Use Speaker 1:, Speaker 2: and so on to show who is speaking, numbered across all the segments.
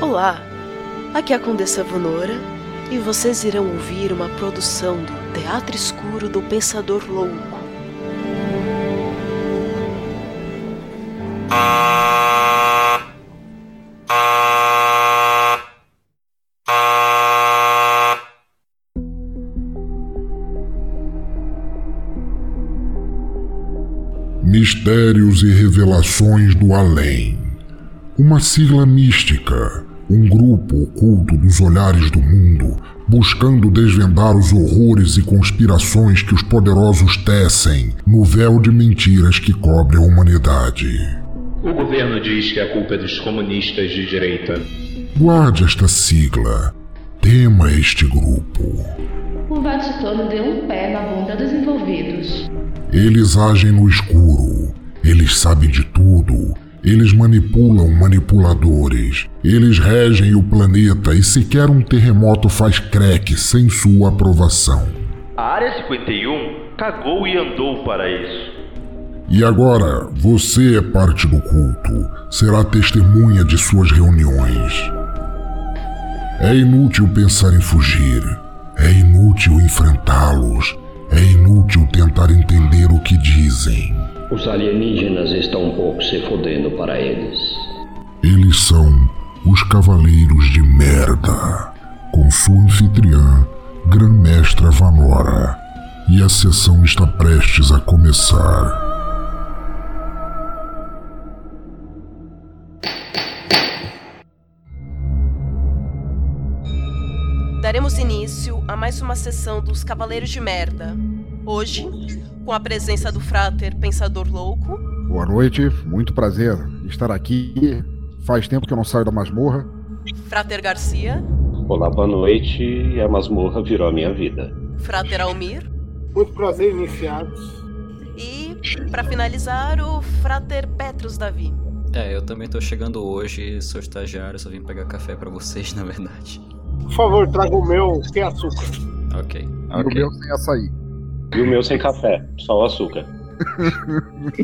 Speaker 1: Olá, aqui é a Condessa Vonora e vocês irão ouvir uma produção do Teatro Escuro do Pensador Louco.
Speaker 2: Mistérios e Revelações do Além. Uma sigla mística, um grupo oculto dos olhares do mundo, buscando desvendar os horrores e conspirações que os poderosos tecem no véu de mentiras que cobre a humanidade.
Speaker 3: O governo diz que a culpa é dos comunistas de direita.
Speaker 2: Guarde esta sigla, tema este grupo.
Speaker 4: O Vaticano deu um pé na bunda dos envolvidos.
Speaker 2: Eles agem no escuro, eles sabem de tudo, eles manipulam manipuladores, eles regem o planeta e sequer um terremoto faz creque sem sua aprovação.
Speaker 5: A Área 51 cagou e andou para isso.
Speaker 2: E agora, você é parte do culto, será testemunha de suas reuniões. É inútil pensar em fugir, é inútil enfrentá-los, é inútil tentar entender o que dizem.
Speaker 6: Os alienígenas estão um pouco se fodendo para eles.
Speaker 2: Eles são os Cavaleiros de Merda, com sua anfitriã, Grã-Mestra Vanora. E a sessão está prestes a começar.
Speaker 1: Daremos início a mais uma sessão dos Cavaleiros de Merda. Hoje, com a presença do frater Pensador Louco,
Speaker 7: Boa noite, muito prazer estar aqui. Faz tempo que eu não saio da masmorra.
Speaker 1: Frater Garcia,
Speaker 6: Olá, boa noite. E a masmorra virou a minha vida.
Speaker 1: Frater Almir
Speaker 8: Muito prazer, iniciados.
Speaker 1: e, para finalizar, o Frater Petrus Davi.
Speaker 9: É, eu também tô chegando hoje, sou estagiário, só vim pegar café pra vocês, na verdade.
Speaker 8: Por favor, traga o meu sem açúcar.
Speaker 9: Ok.
Speaker 7: E o meu sem açaí.
Speaker 6: E o meu sem café, só o açúcar.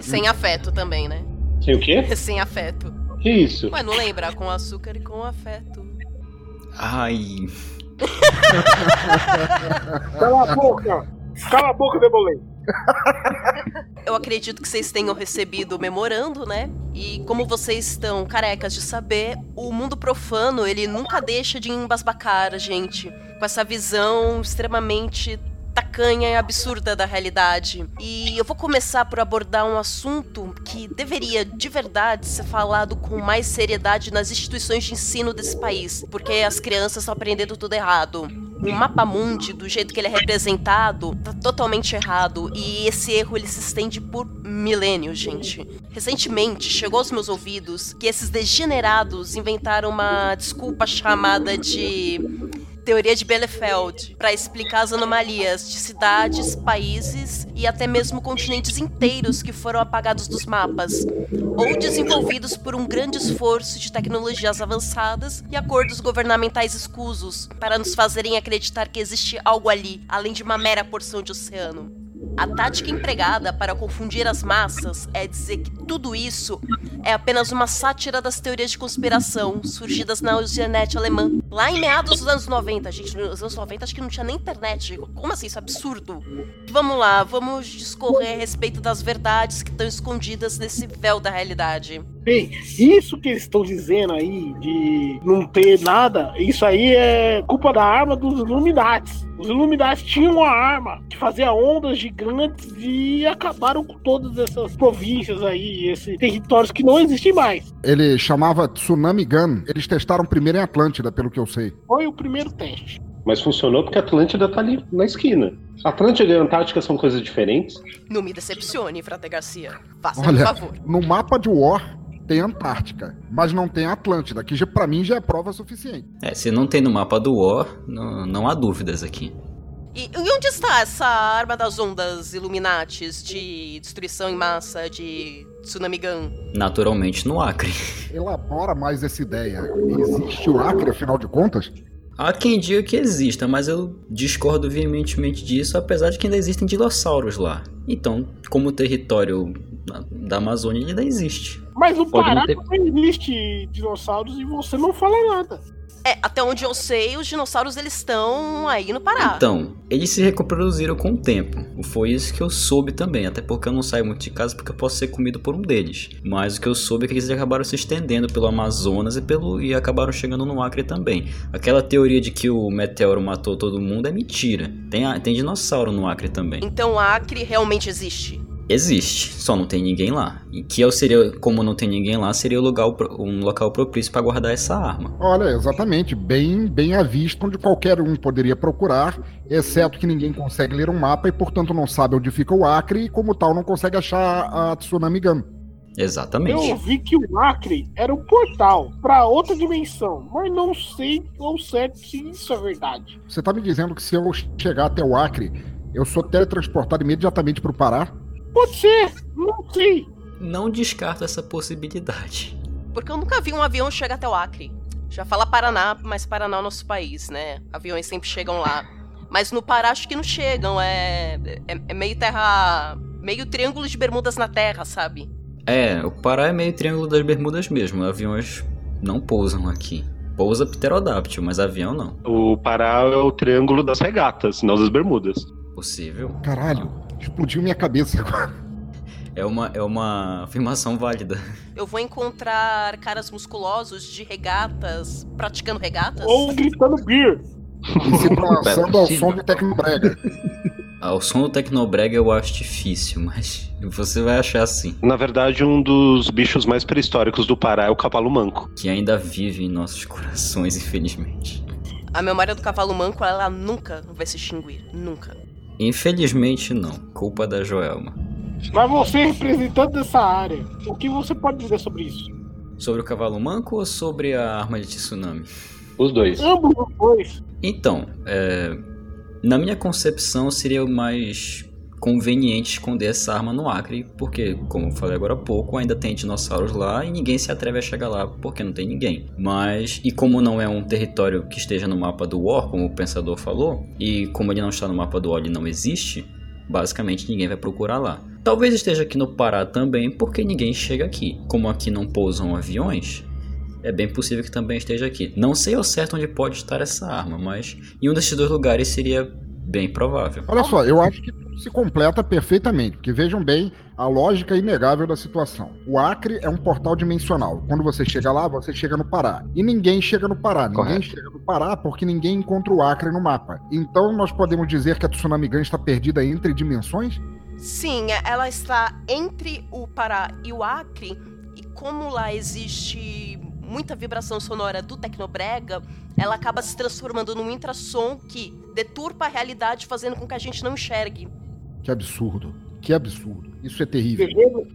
Speaker 1: Sem afeto também, né?
Speaker 6: Sem o quê?
Speaker 1: Sem afeto.
Speaker 6: Que isso?
Speaker 1: Mas não lembra, com açúcar e com afeto.
Speaker 9: Ai,
Speaker 8: Cala a boca! Cala a boca, Debolei!
Speaker 1: Eu acredito que vocês tenham recebido o memorando, né? E como vocês estão carecas de saber, o mundo profano, ele nunca deixa de embasbacar a gente com essa visão extremamente tacanha e absurda da realidade. E eu vou começar por abordar um assunto que deveria de verdade ser falado com mais seriedade nas instituições de ensino desse país, porque as crianças estão aprendendo tudo errado o mapa mundi do jeito que ele é representado tá totalmente errado e esse erro ele se estende por milênios, gente. Recentemente chegou aos meus ouvidos que esses degenerados inventaram uma desculpa chamada de teoria de Bielefeld para explicar as anomalias de cidades, países e até mesmo continentes inteiros que foram apagados dos mapas ou desenvolvidos por um grande esforço de tecnologias avançadas e acordos governamentais escusos para nos fazerem acreditar que existe algo ali, além de uma mera porção de oceano. A tática empregada para confundir as massas é dizer que tudo isso é apenas uma sátira das teorias de conspiração surgidas na internet alemã. Lá em meados dos anos 90, gente, nos anos 90 acho que não tinha nem internet. Como assim? Isso é absurdo. Vamos lá, vamos discorrer a respeito das verdades que estão escondidas nesse véu da realidade.
Speaker 8: Bem, isso que eles estão dizendo aí de não ter nada, isso aí é culpa da arma dos Illuminati. Os Illuminati tinham a arma que fazia ondas gigantes e acabaram com todas essas províncias aí, esses territórios que não existem mais.
Speaker 7: Ele chamava Tsunami Gun. Eles testaram primeiro em Atlântida, pelo que eu sei.
Speaker 8: Foi o primeiro teste.
Speaker 6: Mas funcionou porque a Atlântida tá ali na esquina. Atlântida e Antártica são coisas diferentes.
Speaker 1: Não me decepcione, Frater Garcia. Faça, por
Speaker 7: Olha.
Speaker 1: favor.
Speaker 7: No mapa de War tem Antártica, mas não tem Atlântida, que já- pra mim já é prova suficiente.
Speaker 9: É, se não tem no mapa do War, não, não há dúvidas aqui.
Speaker 1: E, e onde está essa arma das ondas Illuminatis de destruição em massa de Tsunami Gun?
Speaker 9: Naturalmente no Acre.
Speaker 7: Elabora mais essa ideia. Existe o Acre, afinal de contas?
Speaker 9: Há quem diga que exista, mas eu discordo veementemente disso, apesar de que ainda existem dinossauros lá. Então, como território na- da Amazônia, ele ainda existe.
Speaker 8: Mas no
Speaker 10: Pode
Speaker 8: Pará
Speaker 10: não ter-
Speaker 8: não existe dinossauros e você não fala nada.
Speaker 1: É, até onde eu sei, os dinossauros eles estão aí no Pará.
Speaker 9: Então, eles se reproduziram com o tempo. Foi isso que eu soube também, até porque eu não saio muito de casa porque eu posso ser comido por um deles. Mas o que eu soube é que eles acabaram se estendendo pelo Amazonas e, pelo, e acabaram chegando no Acre também. Aquela teoria de que o meteoro matou todo mundo é mentira. Tem, a- tem dinossauro no Acre também.
Speaker 1: Então o Acre realmente existe.
Speaker 9: Existe, só não tem ninguém lá. E que eu seria, como não tem ninguém lá, seria o lugar, pro- um local propício para guardar essa arma.
Speaker 2: Olha, exatamente, bem, bem à vista, onde qualquer um poderia procurar, exceto que ninguém consegue ler um mapa e, portanto, não sabe onde fica o Acre e, como tal, não consegue achar a Tsunami Gun.
Speaker 9: Exatamente.
Speaker 8: Eu vi que o Acre era um portal pra outra dimensão, mas não sei ao certo se isso é verdade.
Speaker 2: Você tá me dizendo que se eu chegar até o Acre, eu sou teletransportado imediatamente pro Pará?
Speaker 8: Pode ser, não sei.
Speaker 9: Não descarto essa possibilidade.
Speaker 1: Porque eu nunca vi um avião chegar até o Acre. Já fala Paraná, mas Paraná é o nosso país, né? Aviões sempre chegam lá. Mas no Pará acho que não chegam. É, é, é meio terra. meio triângulo de bermudas na terra, sabe?
Speaker 9: É, o Pará é meio Triângulo das Bermudas mesmo. Aviões não pousam aqui. Pousa pterodáptil, mas avião não.
Speaker 6: O Pará é o triângulo das regatas, não das bermudas.
Speaker 9: Possível.
Speaker 2: Caralho, explodiu minha cabeça agora.
Speaker 9: É uma, é uma afirmação válida.
Speaker 1: Eu vou encontrar caras musculosos de regatas, praticando regatas?
Speaker 8: Ou gritando beer.
Speaker 2: E se balançando ao som de Tecnobrega.
Speaker 9: Ah, o som do Tecnobrega eu acho difícil, mas você vai achar assim.
Speaker 6: Na verdade, um dos bichos mais pré-históricos do Pará é o cavalo manco.
Speaker 9: Que ainda vive em nossos corações, infelizmente.
Speaker 1: A memória do cavalo manco, ela nunca vai se extinguir. Nunca.
Speaker 9: Infelizmente não. Culpa da Joelma.
Speaker 8: Mas você é representante dessa área, o que você pode dizer sobre isso?
Speaker 9: Sobre o cavalo manco ou sobre a arma de tsunami?
Speaker 10: Os dois.
Speaker 8: Ambos os dois.
Speaker 9: Então, é, na minha concepção seria o mais conveniente esconder essa arma no Acre, porque, como eu falei agora há pouco, ainda tem dinossauros lá e ninguém se atreve a chegar lá porque não tem ninguém. Mas, e como não é um território que esteja no mapa do War, como o pensador falou, e como ele não está no mapa do War, ele não existe, basicamente ninguém vai procurar lá. Talvez esteja aqui no Pará também, porque ninguém chega aqui. Como aqui não pousam aviões, é bem possível que também esteja aqui. Não sei ao certo onde pode estar essa arma, mas em um desses dois lugares seria bem provável.
Speaker 2: Olha só, eu acho que tudo se completa perfeitamente, porque vejam bem a lógica inegável da situação. O Acre é um portal dimensional. Quando você chega lá, você chega no Pará. E ninguém chega no Pará. Ninguém
Speaker 10: Correto.
Speaker 2: chega no Pará porque ninguém encontra o Acre no mapa. Então nós podemos dizer que a Tsunami Gun está perdida entre dimensões?
Speaker 1: Sim, é- ela está entre o Pará e o Acre, e como lá existe muita vibração sonora do Tecnobrega, ela acaba se transformando num ultrassom que deturpa a realidade, fazendo com que a gente não enxergue.
Speaker 2: Que absurdo. Que absurdo. Isso é terrível.
Speaker 8: Devendo,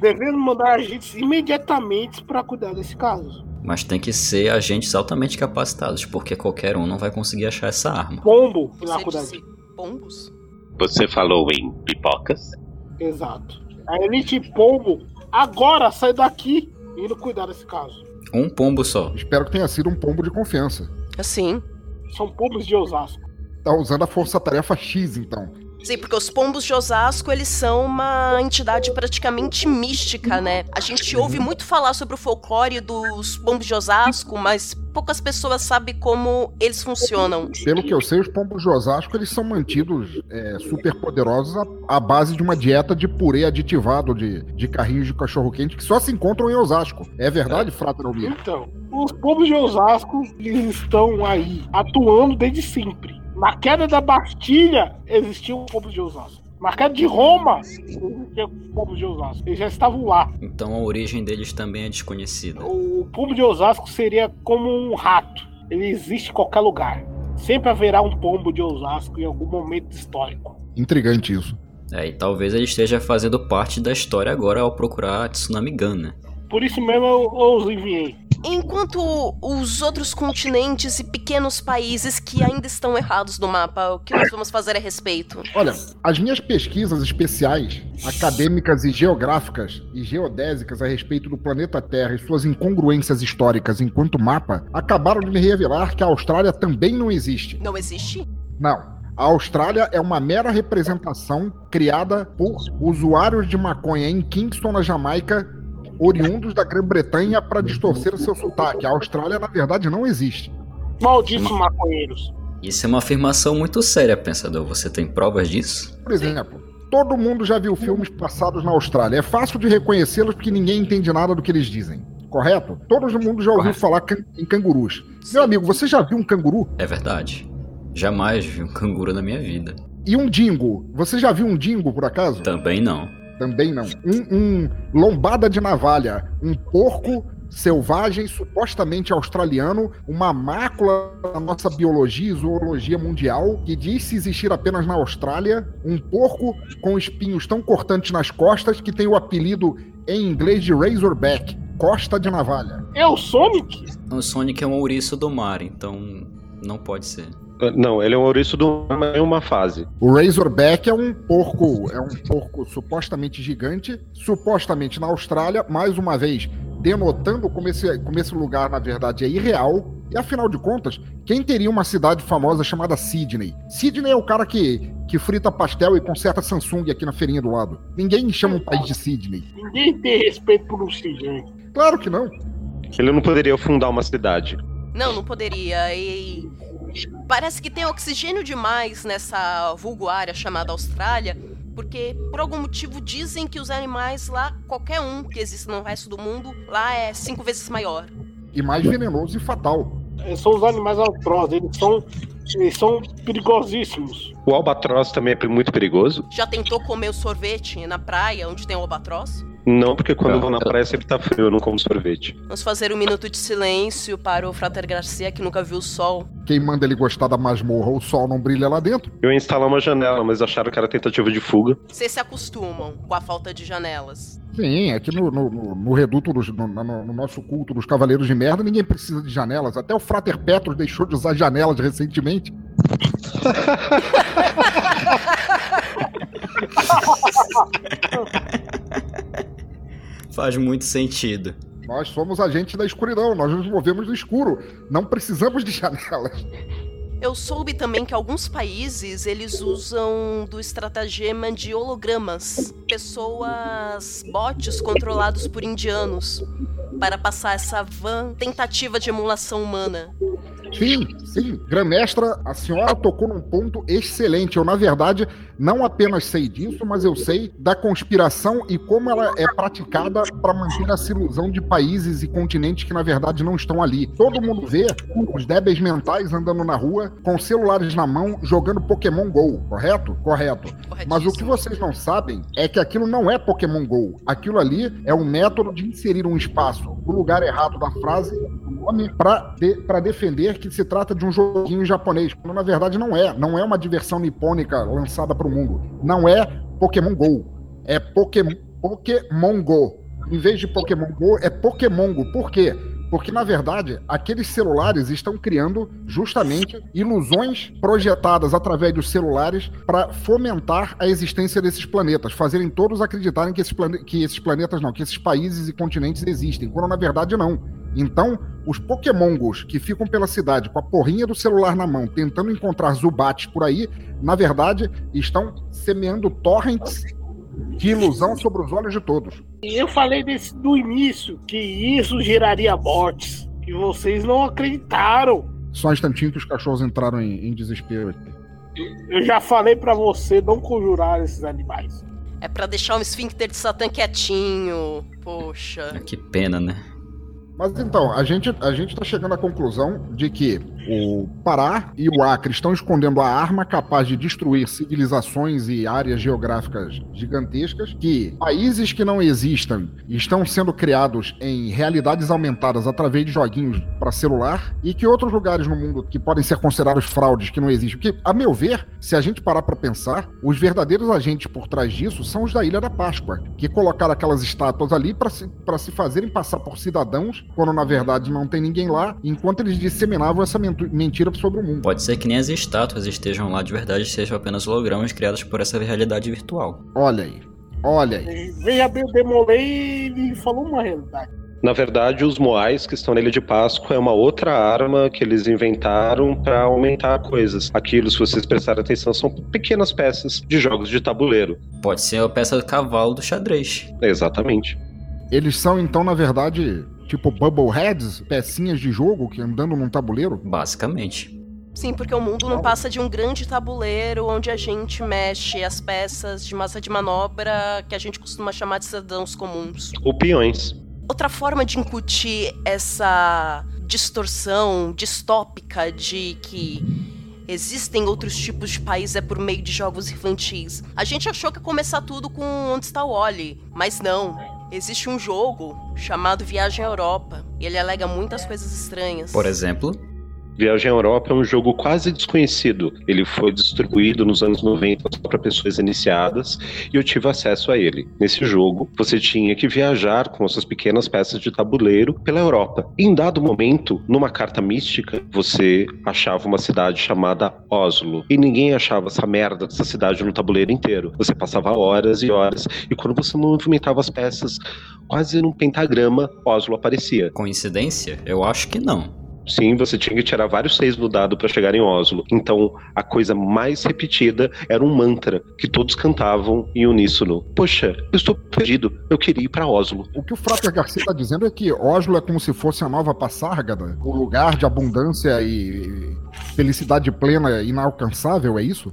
Speaker 8: devendo mandar agentes imediatamente pra cuidar desse caso.
Speaker 9: Mas tem que ser agentes altamente capacitados, porque qualquer um não vai conseguir achar essa arma.
Speaker 8: Pombo foi lá
Speaker 1: Você
Speaker 8: cuidar
Speaker 1: disse
Speaker 8: disso.
Speaker 1: pombos?
Speaker 11: Você falou em pipocas?
Speaker 8: Exato. A elite pombo agora sai daqui indo cuidar desse caso.
Speaker 9: Um pombo só.
Speaker 2: Espero que tenha sido um pombo de confiança.
Speaker 1: Assim.
Speaker 8: São pombos de Osasco.
Speaker 2: Tá usando a força-tarefa X, então.
Speaker 1: Sim, porque os pombos de Osasco, eles são uma entidade praticamente mística, né? A gente ouve muito falar sobre o folclore dos pombos de Osasco, mas poucas pessoas sabem como eles funcionam.
Speaker 2: Pelo que eu sei, os pombos de Osasco eles são mantidos super poderosos à, à base de uma dieta de purê aditivado de, de carrinhos de cachorro-quente que só se encontram em Osasco. É verdade, Frater Almir?
Speaker 8: Então, os pombos de Osasco eles estão aí atuando desde sempre. Na queda da Bastilha existiam pombos de Osasco. Na queda de Roma existiam pombos de Osasco. Eles já estavam lá.
Speaker 9: Então a origem deles também é desconhecida.
Speaker 8: O pombo de Osasco seria como um rato. Ele existe em qualquer lugar. Sempre haverá um pombo de Osasco em algum momento histórico.
Speaker 2: Intrigante isso.
Speaker 9: É, e talvez ele esteja fazendo parte da história agora ao procurar a Tsunami Gun, né?
Speaker 8: Por isso mesmo eu, eu os enviei.
Speaker 1: Enquanto os outros continentes e pequenos países que ainda estão errados no mapa, o que nós vamos fazer a respeito?
Speaker 2: Olha, as minhas pesquisas especiais, acadêmicas e geográficas e geodésicas a respeito do planeta Terra e suas incongruências históricas enquanto mapa acabaram de me revelar que a Austrália também não existe.
Speaker 1: Não existe?
Speaker 2: Não. A Austrália é uma mera representação criada por usuários de maconha em Kingston, na Jamaica,
Speaker 7: oriundos da Grã-Bretanha para distorcer o seu sotaque. A Austrália, na verdade, não existe.
Speaker 8: Malditos maconheiros.
Speaker 9: Isso é uma afirmação muito séria, pensador. Você tem provas disso?
Speaker 7: Por exemplo, todo mundo já viu filmes passados na Austrália. É fácil de reconhecê-los porque ninguém entende nada do que eles dizem. Correto? Todo mundo já ouviu
Speaker 9: Correto.
Speaker 7: falar can- em cangurus. Meu amigo, você já viu um canguru?
Speaker 9: É verdade. Jamais vi um canguru na minha vida.
Speaker 7: E um dingo? Você já viu um dingo, por acaso?
Speaker 9: Também não.
Speaker 7: Também não. Um, um lombada de navalha, um porco selvagem, supostamente australiano, uma mácula da nossa biologia e zoologia mundial, que diz se existir apenas na Austrália, um porco com espinhos tão cortantes nas costas que tem o apelido em inglês de Razorback, costa de navalha.
Speaker 8: É o Sonic?
Speaker 9: O Sonic é um ouriço do mar, então não pode ser.
Speaker 6: Não, ele é um ouriço do mar em uma fase.
Speaker 7: O Razorback é um porco, é um porco supostamente gigante, supostamente na Austrália, mais uma vez, denotando como esse, como esse lugar, na verdade, é irreal. E afinal de contas, quem teria uma cidade famosa chamada Sydney? Sydney é o cara que, que frita pastel e conserta Samsung aqui na feirinha do lado. Ninguém chama um país de Sydney.
Speaker 8: Ninguém tem respeito por um cisgênero.
Speaker 7: Claro que não.
Speaker 6: Ele não poderia fundar uma cidade.
Speaker 1: Não, não poderia. E parece que tem oxigênio demais nessa vulgo área chamada Austrália, porque por algum motivo dizem que os animais lá, qualquer um que existe no resto do mundo, lá é cinco vezes maior.
Speaker 7: E mais venenoso e fatal.
Speaker 8: É, São os animais altrosos, eles são, eles são perigosíssimos.
Speaker 6: O albatroz também é muito perigoso?
Speaker 1: Já tentou comer o sorvete na praia onde tem o albatroz?
Speaker 6: Não, porque quando eu vou na
Speaker 9: Não.
Speaker 6: praia sempre tá frio, eu não como sorvete.
Speaker 1: Vamos fazer um minuto de silêncio para o Frater Garcia que nunca viu o sol.
Speaker 7: Quem manda ele gostar da masmorra, o sol não brilha lá dentro.
Speaker 6: Eu ia instalar uma janela, mas acharam que era tentativa de fuga.
Speaker 1: Vocês se acostumam com a falta de janelas.
Speaker 7: Sim, aqui no, no, no- no reduto, dos, no, no- no nosso culto dos Cavaleiros de Merda, ninguém precisa de janelas. Até o Frater Petros deixou de usar janelas recentemente.
Speaker 9: Faz muito sentido.
Speaker 7: Nós somos agentes da escuridão, nós nos movemos no escuro. Não precisamos de janelas.
Speaker 1: Eu soube também que alguns países eles usam do estratagema de hologramas, pessoas, bots controlados por indianos, para passar essa van tentativa de emulação humana.
Speaker 7: Sim, sim. Grã-mestra, a senhora tocou num ponto excelente. Eu, na verdade, não apenas sei disso, mas eu sei da conspiração e como ela é praticada para manter essa ilusão de países e continentes que, na verdade, não estão ali. Todo mundo vê os débeis mentais andando na rua com celulares na mão jogando Pokémon GO, correto? Correto. Mas o que
Speaker 1: Corretíssimo.
Speaker 7: vocês não sabem é que aquilo não é Pokémon GO. Aquilo ali é um método de inserir um espaço no lugar errado da frase do nome para de, pra defender que se trata de um joguinho japonês. Quando na verdade não é. Não é uma diversão nipônica lançada para o mundo. Não é Pokémon GO. É Pokémon, Pokémon GO. Em vez de Pokémon GO, é Pokémongo. Por quê? Porque, na verdade, aqueles celulares estão criando justamente ilusões projetadas através dos celulares para fomentar a existência desses planetas, fazerem todos acreditarem que esses, plane- que esses planetas não, que esses países e continentes existem, quando na verdade não. Então, os Pokémongos que ficam pela cidade com a porrinha do celular na mão, tentando encontrar Zubats por aí, na verdade, estão semeando torrents de ilusão sobre os olhos de todos.
Speaker 8: E eu falei desse, do início que isso geraria mortes. E vocês não acreditaram.
Speaker 7: Só um instantinho que os cachorros entraram em, em desespero aqui.
Speaker 8: Eu já falei pra você não conjurar esses animais.
Speaker 1: É pra deixar o esfíncter de Satã quietinho. Poxa.
Speaker 9: Ah, que pena, né?
Speaker 7: Mas então, a gente a gente tá chegando à conclusão de que o Pará e o Acre estão escondendo a arma capaz de destruir civilizações e áreas geográficas gigantescas, que países que não existam estão sendo criados em realidades aumentadas através de joguinhos para celular e que outros lugares no mundo que podem ser considerados fraudes que não existem. Porque, a meu ver, se a gente parar para pensar, os verdadeiros agentes por trás disso são os da Ilha da Páscoa, que colocaram aquelas estátuas ali para se, pra se fazerem passar por cidadãos, quando na verdade não tem ninguém lá, enquanto eles disseminavam essa mentu- mentira sobre o mundo.
Speaker 9: Pode ser que nem as estátuas estejam lá de verdade, sejam apenas hologramas criados por essa realidade virtual.
Speaker 7: Olha aí, olha aí.
Speaker 8: E Veja bem, eu demolei e ele falou uma realidade.
Speaker 6: Na verdade, os moais que estão na Ilha de Páscoa é uma outra arma que eles inventaram para aumentar coisas. Aquilo, se vocês prestarem atenção, são pequenas peças de jogos de tabuleiro.
Speaker 9: Pode ser a peça do cavalo do xadrez.
Speaker 6: Exatamente.
Speaker 7: Eles são, então, na verdade, tipo bubbleheads, pecinhas de jogo que andando num tabuleiro.
Speaker 9: Basicamente.
Speaker 1: Sim, porque o mundo não passa de um grande tabuleiro onde a gente mexe as peças de massa de manobra que a gente costuma chamar de cidadãos comuns.
Speaker 6: Ou peões.
Speaker 1: Outra forma de incutir essa distorção distópica de que existem outros tipos de país é por meio de jogos infantis. A gente achou que ia começar tudo com Onde está o Oli, mas não. Existe um jogo chamado Viagem à Europa e ele alega muitas coisas estranhas.
Speaker 9: Por exemplo,
Speaker 6: Viagem à Europa é um jogo quase desconhecido. Ele foi distribuído nos anos 90 só para pessoas iniciadas e eu tive acesso a ele. Nesse jogo, você tinha que viajar com essas pequenas peças de tabuleiro pela Europa. Em dado momento, numa carta mística, você achava uma cidade chamada Oslo e ninguém achava essa merda dessa cidade no tabuleiro inteiro. Você passava horas e horas e quando você movimentava as peças, quase num pentagrama, Oslo aparecia.
Speaker 9: coincidência? Eu acho que não.
Speaker 6: Sim, você tinha que tirar vários seis no dado para chegar em Oslo. Então, a coisa mais repetida era um mantra que todos cantavam em uníssono. Poxa, eu estou perdido, eu queria ir para Oslo.
Speaker 7: O que o Frater Garcia está dizendo é que Oslo é como se fosse a nova Passárgada, o lugar de abundância e felicidade plena inalcançável, é isso?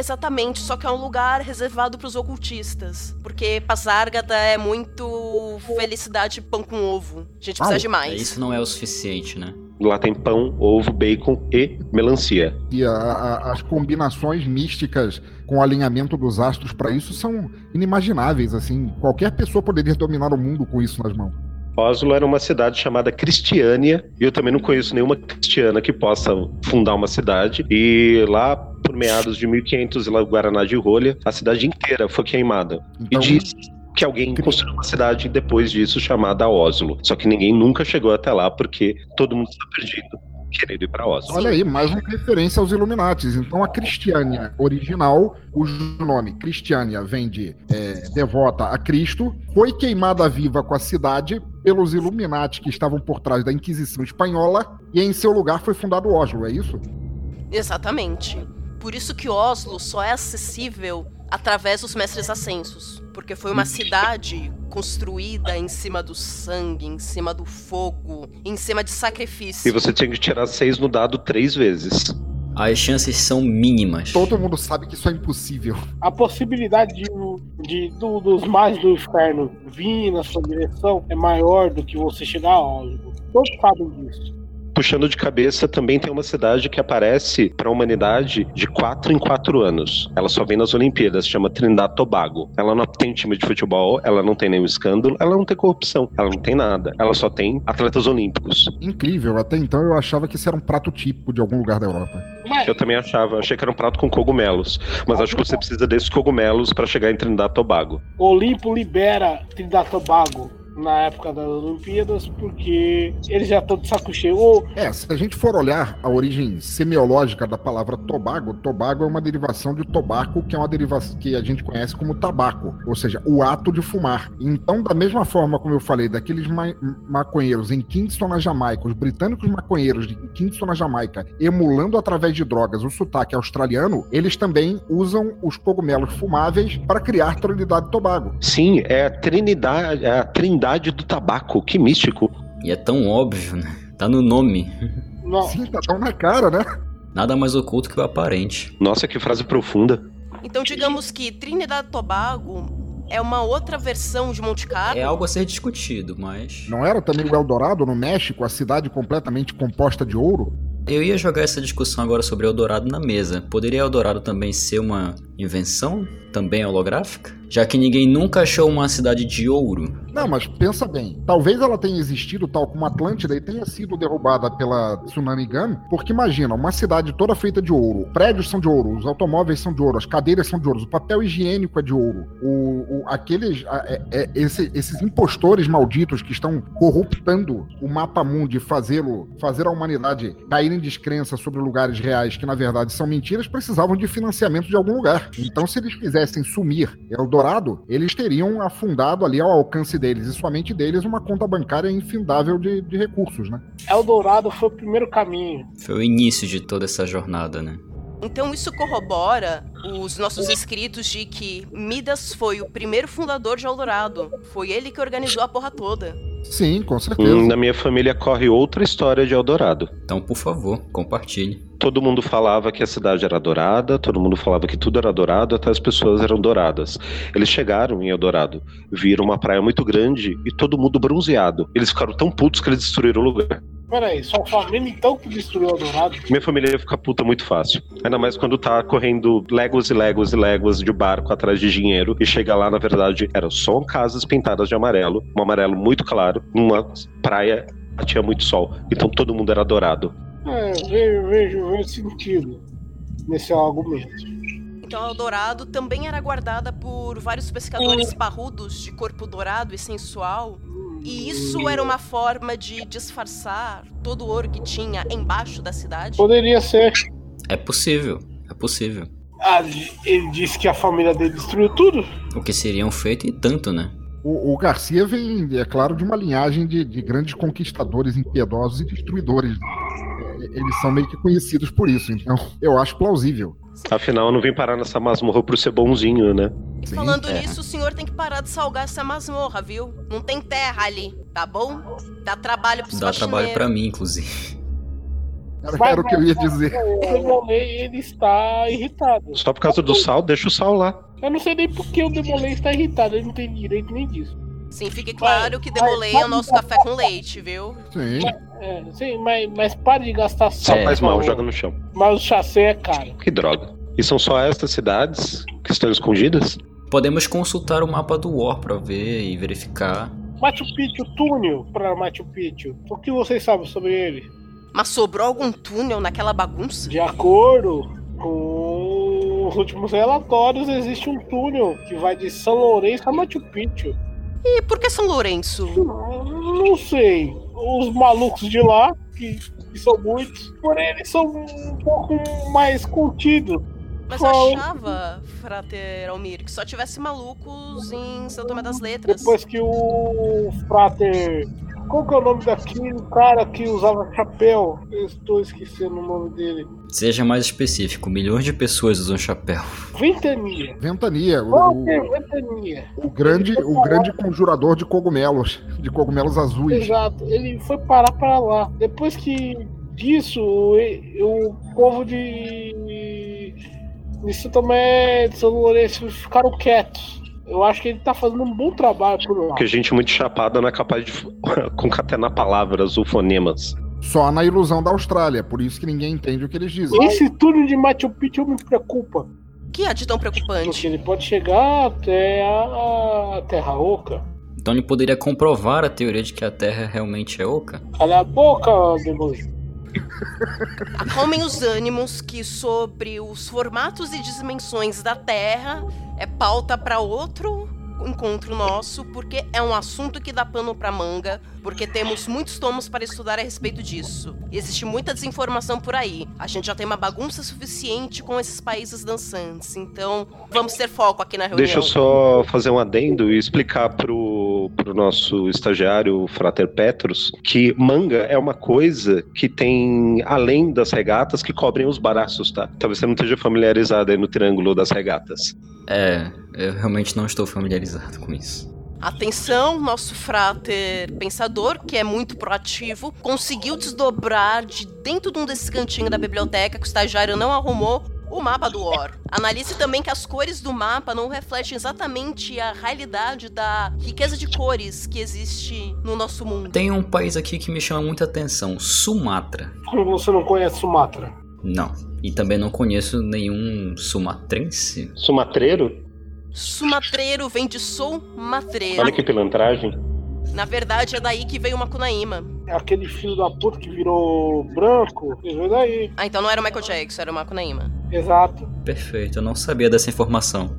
Speaker 1: Exatamente, só que é um lugar reservado para os ocultistas. Porque Passárgada é muito felicidade pão com ovo. A gente precisa
Speaker 7: Ah,
Speaker 1: de mais.
Speaker 9: Isso não é o suficiente, né?
Speaker 6: Lá tem pão, ovo, bacon e melancia.
Speaker 7: E a- a- as combinações místicas com o alinhamento dos astros para isso são inimagináveis, assim. Qualquer pessoa poderia dominar o mundo com isso nas mãos.
Speaker 6: Oslo era uma cidade chamada Cristiânia, e eu também não conheço nenhuma cristiana que possa fundar uma cidade. E lá, por meados de 1500 e lá o Guaraná de Rolha, a cidade inteira foi queimada. E
Speaker 7: Então,
Speaker 6: diz que alguém construiu uma cidade depois disso chamada Oslo. Só que ninguém nunca chegou até lá porque todo mundo está perdido querendo ir para Oslo.
Speaker 7: olha aí, mais uma referência aos Illuminatis. Então, a Cristiânia original, cujo nome Cristiânia vem de é, devota a Cristo, foi queimada viva com a cidade pelos Illuminati que estavam por trás da Inquisição Espanhola e em seu lugar foi fundado Oslo, é isso?
Speaker 1: Exatamente. Por isso que Oslo só é acessível através dos mestres ascensos. Porque foi uma cidade construída em cima do sangue, em cima do fogo, em cima de
Speaker 6: E
Speaker 1: sacrifício.
Speaker 6: você tinha que tirar seis no dado três vezes.
Speaker 9: As chances são mínimas.
Speaker 7: Todo mundo sabe que isso é impossível.
Speaker 8: A possibilidade de, de- do- dos mais do inferno vir na sua direção é maior do que você chegar a Oslo. Todos sabem disso.
Speaker 6: Puxando de cabeça, também tem uma cidade que aparece para a humanidade de 4 em 4 anos. Ela só vem nas Olimpíadas, chama Trindade e Tobago. Ela não tem time de futebol, ela não tem nenhum escândalo, ela não tem corrupção, ela não tem nada. Ela só tem atletas olímpicos.
Speaker 7: Incrível, até então eu achava que isso era um prato típico de algum lugar da Europa.
Speaker 8: Mas
Speaker 6: Eu também achava, achei que era um prato com cogumelos, mas acho que você precisa desses cogumelos para chegar em Trindade e Tobago.
Speaker 8: Olimpo libera Trinidad e Tobago na época das Olimpíadas porque eles já estão de saco cheio. Ou
Speaker 7: É, se a gente for olhar a origem semiológica da palavra tobago, tobago é uma derivação de tobaco, que é uma derivação que a gente conhece como tabaco, ou seja, o ato de fumar. Então, da mesma forma como eu falei daqueles ma- maconheiros em Kingston, na Jamaica, os britânicos maconheiros de Kingston, na Jamaica, emulando através de drogas o sotaque australiano, eles também usam os cogumelos fumáveis para criar Trinidade e Tobago.
Speaker 6: Sim, é a Trindade, é a Trindade do Tabaco, que místico.
Speaker 9: E é tão óbvio, né? Tá no nome.
Speaker 8: não,
Speaker 7: Sim, tá tão na cara, né?
Speaker 9: Nada mais oculto que o aparente.
Speaker 6: Nossa, que frase profunda.
Speaker 1: Então digamos que Trinidad e Tobago é uma outra versão de Monte Carlo.
Speaker 9: É algo a ser discutido, mas.
Speaker 7: Não era também o Eldorado, no México, a cidade completamente composta de ouro?
Speaker 9: Eu ia jogar essa discussão agora sobre Eldorado na mesa. Poderia Eldorado também ser uma invenção? Também holográfica? Já que ninguém nunca achou uma cidade de ouro.
Speaker 7: Não, mas pensa bem. Talvez ela tenha existido tal como Atlântida e tenha sido derrubada pela Tsunami Gun, porque imagina, uma cidade toda feita de ouro, prédios são de ouro, os automóveis são de ouro, as cadeiras são de ouro, o papel higiênico é de ouro. O, o- aqueles, a- é- é- esse- esses impostores malditos que estão corruptando o mapa mundo e fazê-lo, fazer a humanidade cair em descrença sobre lugares reais que na verdade são mentiras, precisavam de financiamento de algum lugar. Então, se eles quisessem sumir Eldorado, eles teriam afundado ali ao alcance deles e somente deles uma conta bancária infindável de, de recursos, né?
Speaker 8: Eldorado foi o primeiro caminho.
Speaker 9: Foi o início de toda essa jornada, né?
Speaker 1: Então isso corrobora os nossos escritos de que Midas foi o primeiro fundador de Eldorado. Foi ele que organizou a porra toda.
Speaker 7: Sim, com certeza.
Speaker 6: Hum, Na minha família corre outra história de Eldorado.
Speaker 9: Então, por favor, compartilhe.
Speaker 6: Todo mundo falava que a cidade era dourada, todo mundo falava que tudo era dourado, até as pessoas eram douradas. Eles chegaram em Eldorado, viram uma praia muito grande e todo mundo bronzeado. Eles ficaram tão putos que eles destruíram o lugar.
Speaker 8: Peraí, só o Flamengo então que destruiu o Dourado.
Speaker 6: Minha família ia ficar puta muito fácil. Ainda mais quando tá correndo léguas e léguas e léguas de barco atrás de dinheiro e chega lá, na verdade, eram só casas pintadas de amarelo, um amarelo muito claro, numa praia tinha muito sol. Então todo mundo era dourado.
Speaker 8: É, vejo, vejo, vejo sentido nesse argumento.
Speaker 1: Então Eldorado também era guardada por vários
Speaker 9: É.
Speaker 1: pescadores parrudos de corpo dourado e sensual.
Speaker 9: Hum.
Speaker 1: E isso era uma forma de disfarçar todo o ouro que tinha embaixo da cidade.
Speaker 8: Poderia ser.
Speaker 9: É possível, é possível.
Speaker 8: Ah, ele disse que a família dele destruiu tudo?
Speaker 9: O que seriam feito e tanto, né?
Speaker 7: O, o Garcia vem, é claro, de uma linhagem de, de grandes conquistadores impiedosos e destruidores. É, Eles são meio que conhecidos por isso, então eu acho plausível.
Speaker 6: Afinal, eu não vim parar nessa masmorra por ser bonzinho, né?
Speaker 1: E
Speaker 7: Sim,
Speaker 1: falando
Speaker 9: é.
Speaker 1: nisso, o senhor tem que parar de salgar essa masmorra, viu? Não tem terra ali, tá bom? Dá trabalho pros
Speaker 9: Dá trabalho
Speaker 1: faxineiros.
Speaker 9: pra mim, inclusive.
Speaker 7: Era, era o que eu ia dizer.
Speaker 8: O Demolei, ele está irritado.
Speaker 6: Só por causa do sal, deixa o sal lá.
Speaker 8: Eu não sei nem por que o Demolei está irritado, ele não tem direito nem disso.
Speaker 1: Sim, fique claro que demolei
Speaker 8: vai.
Speaker 1: o nosso café com leite, viu?
Speaker 7: Sim.
Speaker 8: É, sim, mas, mas pare de gastar
Speaker 6: Sal
Speaker 9: É,
Speaker 6: faz mal,
Speaker 8: por favor.
Speaker 6: joga no chão.
Speaker 8: Mas o chassi é caro.
Speaker 6: Que droga. E são só estas cidades que estão escondidas?
Speaker 9: Podemos consultar o mapa do War pra ver e verificar.
Speaker 8: Machu Picchu, túnel para Machu Picchu. O que vocês sabem sobre ele?
Speaker 1: Mas sobrou algum túnel naquela bagunça?
Speaker 8: De acordo com os últimos relatórios, existe um túnel que vai de São Lourenço a Machu Picchu.
Speaker 1: E por que São Lourenço?
Speaker 8: Não, não sei. Os malucos de lá, que, que são muitos, porém eles são um pouco mais contidos.
Speaker 1: Mas eu
Speaker 8: Qual?
Speaker 1: achava, Frater Almir, que só tivesse malucos em São Tomé das Letras.
Speaker 8: Depois que o Frater. Qual que é o nome daquele cara que usava chapéu? Eu estou esquecendo o nome dele.
Speaker 9: Seja mais específico, milhões de pessoas usam chapéu.
Speaker 8: Ventania.
Speaker 7: Ventania, o,
Speaker 8: Qual
Speaker 7: o-
Speaker 8: que é Ventania?
Speaker 7: o grande, o grande conjurador de cogumelos, de cogumelos azuis.
Speaker 8: Exato. Ele foi parar para lá. Depois que disso, e- o povo de. de São Tomé de São Lourenço ficaram quietos. Eu acho que ele tá fazendo um bom trabalho por lá.
Speaker 6: Porque gente muito chapada não é capaz de concatenar palavras ou fonemas.
Speaker 7: Só na ilusão da Austrália, por isso que ninguém entende o que eles dizem.
Speaker 8: Esse túnel de Machu Picchu me preocupa.
Speaker 1: O que há de tão preocupante?
Speaker 8: Porque ele pode chegar até a Terra Oca.
Speaker 9: Então ele poderia comprovar a teoria de que a Terra realmente é oca?
Speaker 8: Cala a boca, Demolidor.
Speaker 1: Acalmem os ânimos que sobre os formatos e dimensões da Terra é pauta para outro encontro nosso, porque é um assunto que dá pano para manga, porque temos muitos tomos para estudar a respeito disso. Existe muita desinformação por aí. A gente já tem uma bagunça suficiente com esses países dançantes. Então, vamos ter foco aqui na reunião.
Speaker 6: Deixa eu só fazer um adendo e explicar pro, pro nosso estagiário, o Frater Petros, que manga é uma coisa que tem além das regatas que cobrem os braços, tá? Talvez você não esteja familiarizado aí no triângulo das regatas.
Speaker 9: É, eu realmente não estou familiarizado com isso.
Speaker 1: Atenção, nosso frater pensador, que é muito proativo, conseguiu desdobrar de dentro de um desses cantinhos da biblioteca que o estagiário não arrumou o mapa do Or. Analise também que as cores do mapa não refletem exatamente a realidade da riqueza de cores que existe no nosso mundo.
Speaker 9: Tem um país aqui que me chama muita atenção, Sumatra.
Speaker 8: Como você não conhece Sumatra?
Speaker 9: Não. E também não conheço nenhum sumatrense.
Speaker 6: Sumatreiro?
Speaker 1: Sumatreiro vem de Sou Matreiro.
Speaker 6: Olha que pilantragem.
Speaker 1: Na verdade, é daí que veio uma Macunaíma.
Speaker 8: É aquele filho da puta que virou branco. É Ele veio daí.
Speaker 1: Ah, então não era o Michael Jackson, era o Macunaíma.
Speaker 8: Exato.
Speaker 9: Perfeito, eu não sabia dessa informação.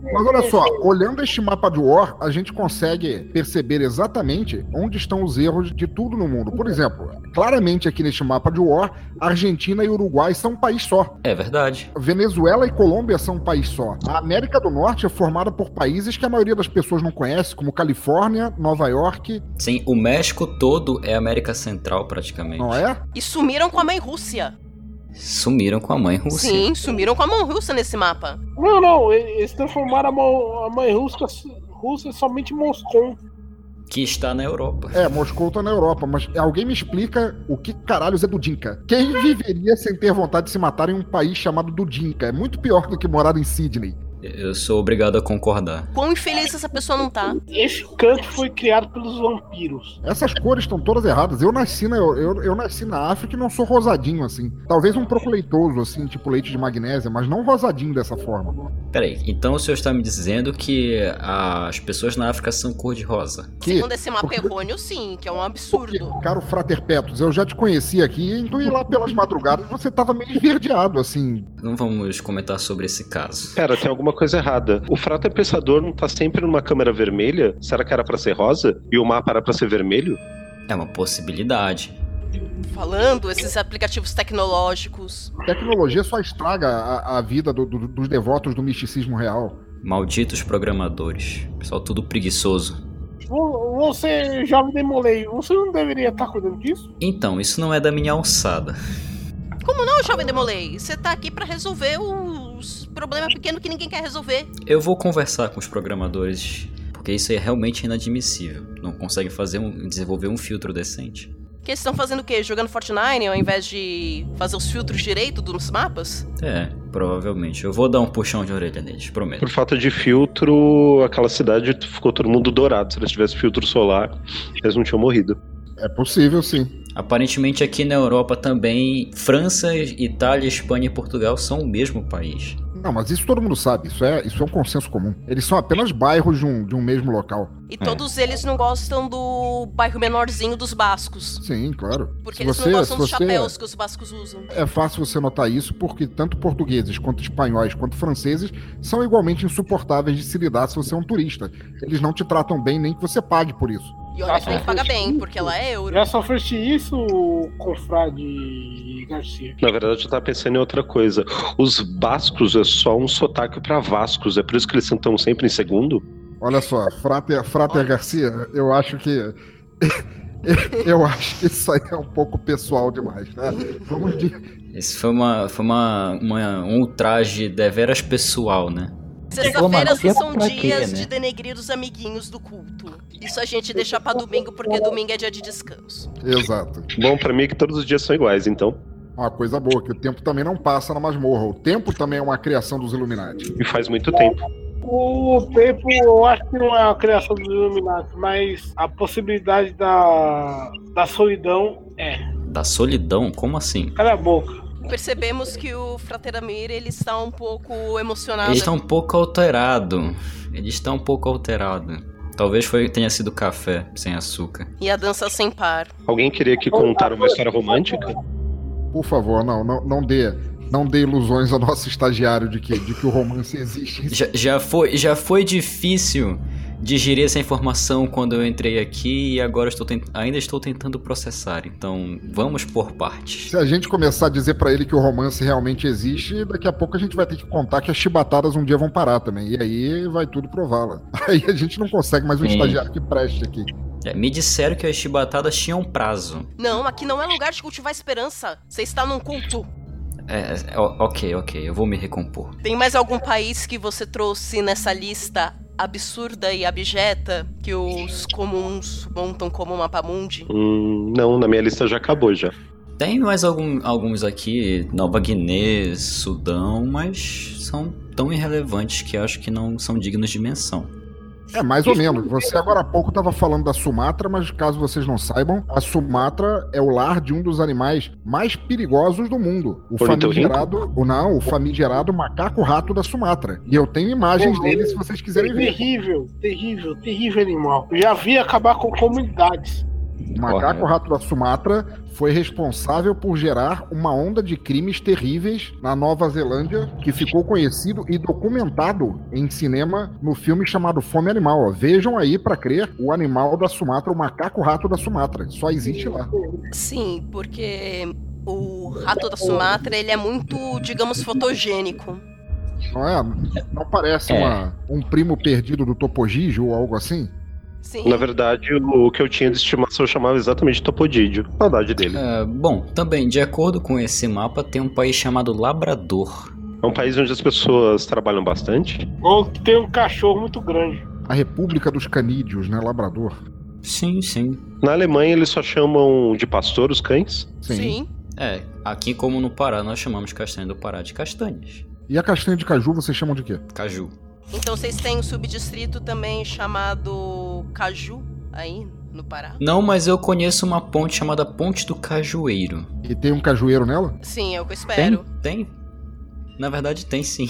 Speaker 7: Mas olha só, olhando este mapa de War, a gente consegue perceber exatamente onde estão os erros de tudo no mundo. Por exemplo, claramente aqui neste mapa de War, Argentina e Uruguai são um país só.
Speaker 9: É verdade.
Speaker 7: Venezuela e Colômbia são um país só. A América do Norte é formada por países que a maioria das pessoas não conhece, como Califórnia, Nova York,
Speaker 9: Sim, o México todo é América Central praticamente.
Speaker 7: não é?
Speaker 1: E sumiram com a mãe Rússia.
Speaker 9: Sumiram com a mãe russa.
Speaker 1: Sim, sumiram com a mão russa nesse mapa.
Speaker 8: Não, não, e- eles transformaram a mão- a mãe russa, russa somente em Moscou.
Speaker 9: Que está na Europa.
Speaker 7: É, Moscou tá na Europa, mas alguém me explica o que caralhos é Dudinka. Quem viveria sem ter vontade de se matar em um país chamado Dudinka? É muito pior do que morar em Sydney.
Speaker 9: Eu sou obrigado a concordar.
Speaker 1: Quão infeliz essa pessoa não tá.
Speaker 8: Esse canto foi criado pelos vampiros.
Speaker 7: Essas cores estão todas erradas. Eu nasci na, eu, eu nasci na África e não sou rosadinho assim. Talvez um pouco leitoso, assim, tipo leite de magnésia, mas não rosadinho dessa forma.
Speaker 9: Peraí, então o senhor está me dizendo que as pessoas na África são cor-de-rosa?
Speaker 7: Que,
Speaker 1: Segundo esse mapa errôneo, sim, que é um
Speaker 7: porque,
Speaker 1: absurdo.
Speaker 7: caro Frater Petus, eu já te conheci aqui, então ir lá pelas madrugadas você tava meio esverdeado, assim.
Speaker 9: Não vamos comentar sobre esse caso.
Speaker 6: Pera, tem alguma coisa errada. O Frater Pensador não tá sempre numa câmera vermelha? Será que era pra ser rosa? E o mapa era pra ser vermelho?
Speaker 9: É uma possibilidade.
Speaker 1: Falando, esses aplicativos tecnológicos.
Speaker 7: Tecnologia só estraga a, a vida do- do- dos devotos do misticismo real.
Speaker 9: Malditos programadores. Pessoal tudo preguiçoso.
Speaker 8: Vo- Você, jovem demolei, você não deveria estar cuidando disso?
Speaker 9: Então, isso não é da minha alçada.
Speaker 1: Não, jovem Demolei, você tá aqui pra resolver os problemas pequenos que ninguém quer resolver.
Speaker 9: Eu vou conversar com os programadores, porque isso é realmente inadmissível. Não conseguem fazer um, desenvolver um filtro decente.
Speaker 1: Que eles estão fazendo o quê? Jogando Fortnite ao invés de fazer os filtros direito dos mapas?
Speaker 9: É, provavelmente. Eu vou dar um puxão de orelha neles, prometo.
Speaker 6: Por falta de filtro, aquela cidade ficou todo mundo dourado. Se eles tivessem filtro solar, eles não tinham morrido.
Speaker 7: É possível, sim.
Speaker 9: Aparentemente aqui na Europa também, França, Itália, Espanha e Portugal são o mesmo país.
Speaker 7: Não, mas isso todo mundo sabe. Isso é, isso é um consenso comum. Eles são apenas bairros de um, de um mesmo local.
Speaker 1: E todos eles não gostam do bairro menorzinho dos bascos.
Speaker 7: Sim, claro.
Speaker 1: Porque
Speaker 7: Se
Speaker 1: eles
Speaker 7: você-
Speaker 1: não gostam
Speaker 7: se
Speaker 1: dos
Speaker 7: você-
Speaker 1: chapéus que os bascos usam.
Speaker 7: É fácil você notar isso porque tanto portugueses, quanto espanhóis, quanto franceses são igualmente insuportáveis de se lidar se você é um turista. Eles não te tratam bem nem que você pague por isso.
Speaker 1: E olha,
Speaker 8: Ah,
Speaker 1: que tem que
Speaker 8: é.
Speaker 1: pagar bem, porque ela é euro.
Speaker 8: Já sofreste isso, confrade Garcia?
Speaker 6: Na verdade, eu tava pensando em outra coisa. Os bascos é só um sotaque pra vascos. É por isso que eles estão sempre em segundo?
Speaker 7: Olha só, Frater, Frater Garcia, eu acho que. eu acho que isso aí é um pouco pessoal demais, né? Vamos de,
Speaker 9: Esse foi uma, foi uma, uma- um ultraje deveras pessoal, né?
Speaker 12: Ô, mano,
Speaker 1: Sexta-feiras
Speaker 12: tempo
Speaker 1: são
Speaker 12: pra quê,
Speaker 1: dias
Speaker 12: né?
Speaker 1: de denegrir os amiguinhos do culto. Isso a gente deixa pra domingo, porque domingo é dia de descanso.
Speaker 7: Exato.
Speaker 6: Bom, pra mim é que todos os dias são iguais, então.
Speaker 7: Uma coisa boa, que o tempo também não passa na masmorra. O tempo também é uma criação dos Illuminati.
Speaker 6: E faz muito tempo.
Speaker 8: O tempo, eu acho que não é a criação dos Illuminati, mas a possibilidade da, da solidão é.
Speaker 9: Da solidão, como assim?
Speaker 8: Cala a boca.
Speaker 1: Percebemos que o Frateramir, ele está um pouco emocionado.
Speaker 9: Ele está um pouco alterado. Ele está um pouco alterado. Talvez foi, tenha sido café sem açúcar.
Speaker 1: E a dança sem par.
Speaker 6: Alguém queria que contar uma história romântica?
Speaker 7: Por favor, não, não, não dê. Não dê ilusões ao nosso estagiário de que, de que o romance existe.
Speaker 9: Já, já, foi, já foi difícil digerir essa informação quando eu entrei aqui e agora estou tent- ainda estou tentando processar. Então vamos por partes.
Speaker 7: Se a gente começar a dizer pra ele que o romance realmente existe, daqui a pouco a gente vai ter que contar que as chibatadas um dia vão parar também. E aí vai tudo prová-la. Aí a gente não consegue mais um
Speaker 9: Sim.
Speaker 7: estagiário que preste aqui.
Speaker 9: É, Me disseram que as chibatadas tinham prazo.
Speaker 1: Não, aqui não é lugar de cultivar esperança. Você está num culto.
Speaker 9: É, é, o- ok, ok, eu vou me recompor.
Speaker 1: Tem mais algum país que você trouxe nessa lista absurda e abjeta que os comuns montam como mapamundi?
Speaker 6: Hum, não, na minha lista já acabou já.
Speaker 9: Tem mais algum- alguns aqui, Nova Guiné, Sudão, mas são tão irrelevantes que eu acho que não são dignos de menção.
Speaker 7: É, mais ou menos. Você agora há pouco estava falando da Sumatra, mas caso vocês não saibam, a Sumatra é o lar de um dos animais mais perigosos do mundo. O
Speaker 6: Ornitorrinco?
Speaker 7: famigerado, o não, o famigerado macaco-rato da Sumatra. E eu tenho imagens dele se vocês quiserem ver.
Speaker 8: Terrível, terrível, terrível animal. Já vi acabar com comunidades.
Speaker 7: O macaco-rato da Sumatra foi responsável por gerar uma onda de crimes terríveis na Nova Zelândia, que ficou conhecido e documentado em cinema no filme chamado Fome Animal. ó. Vejam aí pra crer o animal da Sumatra, o macaco-rato da Sumatra. Só existe lá.
Speaker 1: Sim, porque o rato da Sumatra, ele é muito, digamos, fotogênico.
Speaker 7: Não é? Não parece
Speaker 9: É.
Speaker 7: uma- um primo perdido do Topogijo ou algo assim?
Speaker 1: Sim.
Speaker 6: Na verdade, o o que eu tinha de estimação eu chamava exatamente de Topodídio. Saudade dele.
Speaker 9: É, bom, também, de acordo com esse mapa, tem um país chamado Labrador.
Speaker 6: É um país onde as pessoas trabalham bastante.
Speaker 8: Ou que tem um cachorro muito grande.
Speaker 7: A República dos Canídeos, né? Labrador.
Speaker 9: Sim, sim.
Speaker 6: Na Alemanha, eles só chamam de pastor os cães.
Speaker 7: Sim.
Speaker 9: É, aqui como no Pará, nós chamamos castanha do Pará de castanhas.
Speaker 7: E a castanha de caju vocês chamam de quê?
Speaker 9: Caju.
Speaker 1: Então vocês têm um subdistrito também chamado Caju, aí no Pará?
Speaker 9: Não, mas eu conheço uma ponte chamada Ponte do Cajueiro.
Speaker 7: E tem um cajueiro nela?
Speaker 1: Sim, é o que eu
Speaker 9: Tem?
Speaker 1: espero.
Speaker 9: Tem? Na verdade tem sim.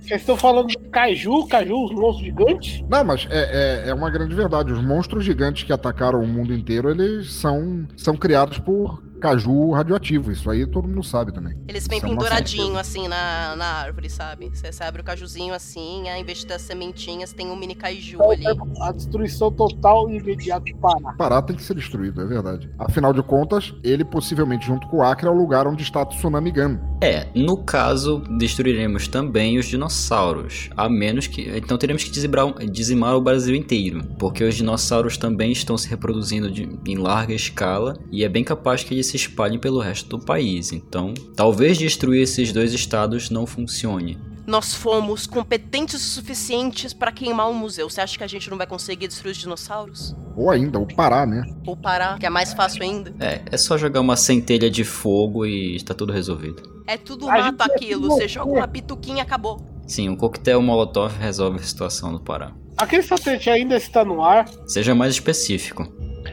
Speaker 8: Vocês estão falando de caju, caju, os monstros gigantes?
Speaker 7: Não, mas é, é, é uma grande verdade. Os monstros gigantes que atacaram o mundo inteiro, eles são, são criados por caju radioativo. Isso aí todo mundo sabe também.
Speaker 1: Eles vêm
Speaker 7: Isso é uma
Speaker 1: penduradinho assim na, na árvore, sabe? Você você abre o cajuzinho assim, aí em vez das sementinhas tem um mini caju ali.
Speaker 8: A destruição total e imediata do Pará.
Speaker 7: Pará tem que ser destruído, é verdade. Afinal de contas, ele possivelmente, junto com o Acre, é o lugar onde está Tsunami Gun.
Speaker 9: É, no caso, destruiremos também os dinossauros. A menos que. Então teremos que dizimar, dizimar o Brasil inteiro. Porque os dinossauros também estão se reproduzindo de- em larga escala. E é bem capaz que eles se espalhem pelo resto do país. Então, talvez destruir esses dois estados não funcione.
Speaker 1: Nós fomos competentes o suficientes pra queimar o museu. Você acha que a gente não vai conseguir destruir os dinossauros?
Speaker 7: Ou ainda, o Pará, né?
Speaker 1: Ou parar, que é mais fácil ainda?
Speaker 9: É, é só jogar uma centelha de fogo e está tudo resolvido.
Speaker 1: É tudo
Speaker 8: A
Speaker 1: mato
Speaker 8: gente é
Speaker 1: aquilo.
Speaker 8: tudo
Speaker 1: Você joga uma pituquinha, acabou.
Speaker 9: Sim, um coquetel Molotov resolve a situação do Pará.
Speaker 8: Aquele satélite ainda está no ar.
Speaker 9: Seja mais específico.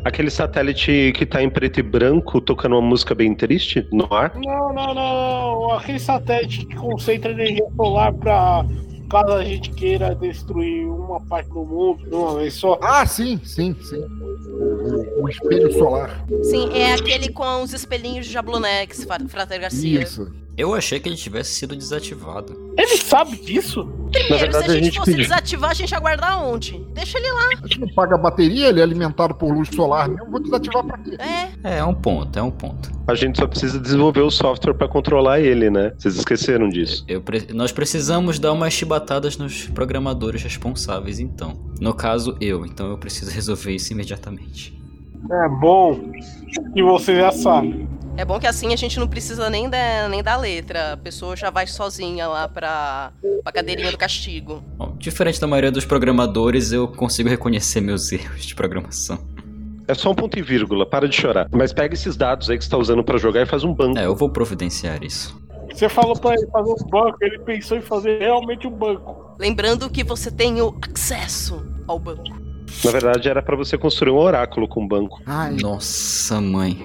Speaker 6: Aquele satélite que tá em preto e branco, tocando uma música bem triste no ar.
Speaker 8: Não, não, não. Aquele satélite que concentra energia solar pra caso a gente queira destruir uma parte do mundo de uma vez só.
Speaker 7: Ah, sim, sim, sim. O, o- o espelho solar.
Speaker 1: Sim, é aquele com os espelhinhos de Jablonex, Fra- Frater Garcia.
Speaker 7: Isso.
Speaker 9: Eu achei que ele tivesse sido desativado.
Speaker 8: Ele sabe disso?
Speaker 6: Na
Speaker 1: Primeiro, se a
Speaker 6: verdade, a
Speaker 1: gente
Speaker 6: gente
Speaker 1: fosse
Speaker 6: pediu.
Speaker 1: desativar, a gente ia guardar onde? Deixa ele lá.
Speaker 7: A gente não paga a bateria, ele é alimentado por luz solar. Eu vou desativar pra quê?
Speaker 1: É,
Speaker 9: É, é um ponto, é um ponto.
Speaker 6: A gente só precisa desenvolver o software pra controlar ele, né? Vocês esqueceram disso.
Speaker 9: Eu pre- Nós precisamos dar umas chibatadas nos programadores responsáveis, então. No caso, eu. Então eu preciso resolver isso imediatamente.
Speaker 8: É bom. E você já sabe.
Speaker 1: é bom que assim a gente não precisa nem da, nem da letra. A pessoa já vai sozinha lá pra, pra cadeirinha do castigo.
Speaker 9: Bom, diferente da maioria dos programadores, eu consigo reconhecer meus erros de programação.
Speaker 6: É só um ponto e vírgula, para de chorar. Mas pega esses dados aí que você tá usando pra jogar e faz um banco.
Speaker 9: É, eu vou providenciar isso.
Speaker 8: Você falou pra ele fazer um banco, ele pensou em fazer realmente um banco.
Speaker 1: Lembrando que você tem o acesso ao banco.
Speaker 6: Na verdade, era pra você construir um oráculo com um banco.
Speaker 7: Ai,
Speaker 9: Nossa, mãe.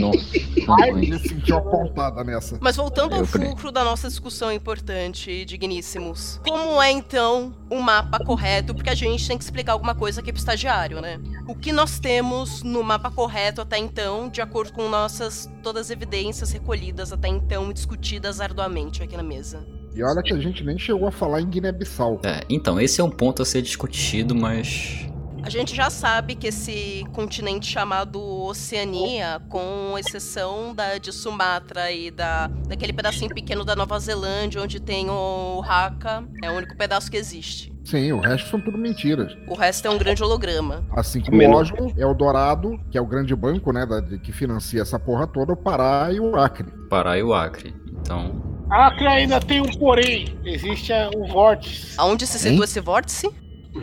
Speaker 9: Nossa, mãe.
Speaker 7: ele sentiu uma pontada nessa.
Speaker 1: Mas voltando ao
Speaker 9: Eu creio.
Speaker 1: fulcro da nossa discussão importante, digníssimos. Como é então o mapa correto? Porque a gente tem que explicar alguma coisa aqui pro estagiário, né? O que nós temos no mapa correto até então, de acordo com nossas todas as evidências recolhidas até então e discutidas arduamente aqui na mesa.
Speaker 7: E olha que a gente nem chegou a falar em Guiné-Bissau.
Speaker 9: É, então, esse é um ponto a ser discutido, mas.
Speaker 1: A gente já sabe que esse continente chamado Oceania, com exceção da de Sumatra e da, daquele pedacinho pequeno da Nova Zelândia, onde tem o Haka, é o único pedaço que existe.
Speaker 7: Sim, o resto são tudo mentiras.
Speaker 1: O resto é um grande holograma.
Speaker 7: Assim como o
Speaker 6: Menor.
Speaker 7: Osmo, é o Dourado, que é o grande banco, né, da- de- que financia essa porra toda, o Pará e o Acre.
Speaker 9: Pará e o Acre. Então.
Speaker 8: Acre ainda tem um porém. Existe é, um vórtice
Speaker 1: Aonde se situa esse vórtice?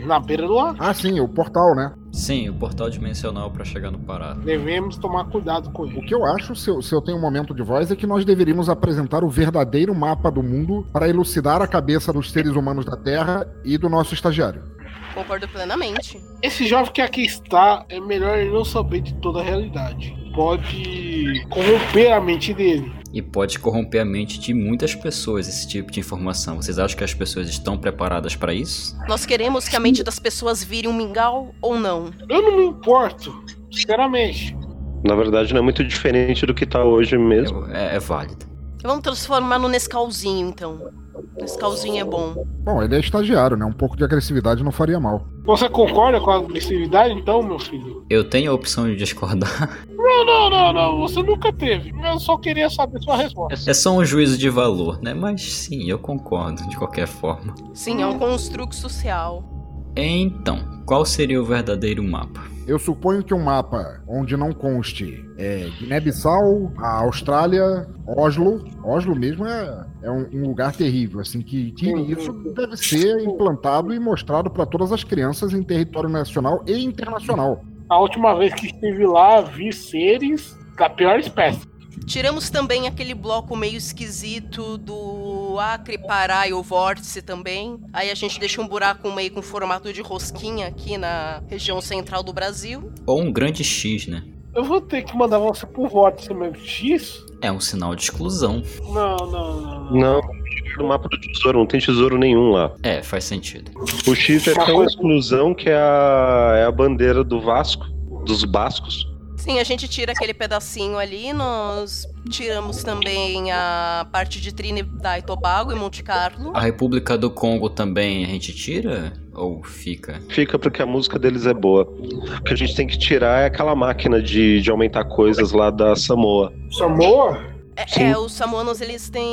Speaker 8: na beira do ar.
Speaker 7: Ah, sim, o portal, né?
Speaker 9: Sim, o portal dimensional para chegar no Pará.
Speaker 8: Devemos tomar cuidado com ele.
Speaker 7: O que eu acho, se eu, se eu tenho um momento de voz, é que nós deveríamos apresentar o verdadeiro mapa do mundo para elucidar a cabeça dos seres humanos da Terra e do nosso estagiário.
Speaker 1: Concordo plenamente.
Speaker 8: Esse jovem que aqui está, é melhor ele não saber de toda a realidade. Pode corromper a mente dele.
Speaker 9: E pode corromper a mente de muitas pessoas esse tipo de informação. Vocês acham que as pessoas estão preparadas para isso?
Speaker 1: Nós queremos que a mente das pessoas vire um mingau ou não.
Speaker 8: Eu não me importo, sinceramente.
Speaker 6: Na verdade, não é muito diferente do que tá hoje mesmo.
Speaker 9: Eu- é, é válido.
Speaker 1: Vamos transformar no Nescauzinho, então. Nescauzinho é bom.
Speaker 7: Bom, ele é estagiário, né? Um pouco de agressividade não faria mal.
Speaker 8: Você concorda com a agressividade, então, meu filho?
Speaker 9: Eu tenho a opção de discordar.
Speaker 8: Não, não, não, não. Você nunca teve. Eu só queria saber sua resposta.
Speaker 9: É só um juízo de valor, né? Mas sim, eu concordo de qualquer forma.
Speaker 1: Sim, é um construto social.
Speaker 9: Então, Qual seria o verdadeiro mapa?
Speaker 7: Eu suponho que um mapa onde não conste é Guiné-Bissau, a Austrália, Oslo. Oslo mesmo é, é um, um lugar terrível, assim, que, que isso deve ser implantado e mostrado para todas as crianças em território nacional e internacional.
Speaker 8: A última vez que estive lá, vi seres da pior espécie.
Speaker 1: Tiramos também aquele bloco meio esquisito do Acre, Pará e o Vórtice também. Aí a gente deixa um buraco meio com formato de rosquinha aqui na região central do Brasil.
Speaker 9: Ou um grande X, né?
Speaker 8: Eu vou ter que mandar você pro vórtice mesmo. X?
Speaker 9: É um sinal de exclusão.
Speaker 8: Não, não, não. não.
Speaker 6: Não, no mapa do tesouro, não tem tesouro nenhum lá.
Speaker 9: É, faz sentido.
Speaker 6: O X é tão exclusão que é a, é a bandeira do Vasco, dos Bascos.
Speaker 1: Sim, a gente tira aquele pedacinho ali, nós tiramos também a parte de Trinidad e Tobago e Monte Carlo.
Speaker 9: A República do Congo também a gente tira? Ou fica?
Speaker 6: Fica porque a música deles é boa. O que a gente tem que tirar é aquela máquina de, de aumentar coisas lá da Samoa.
Speaker 8: Samoa?
Speaker 1: É, é, os samoanos, eles têm...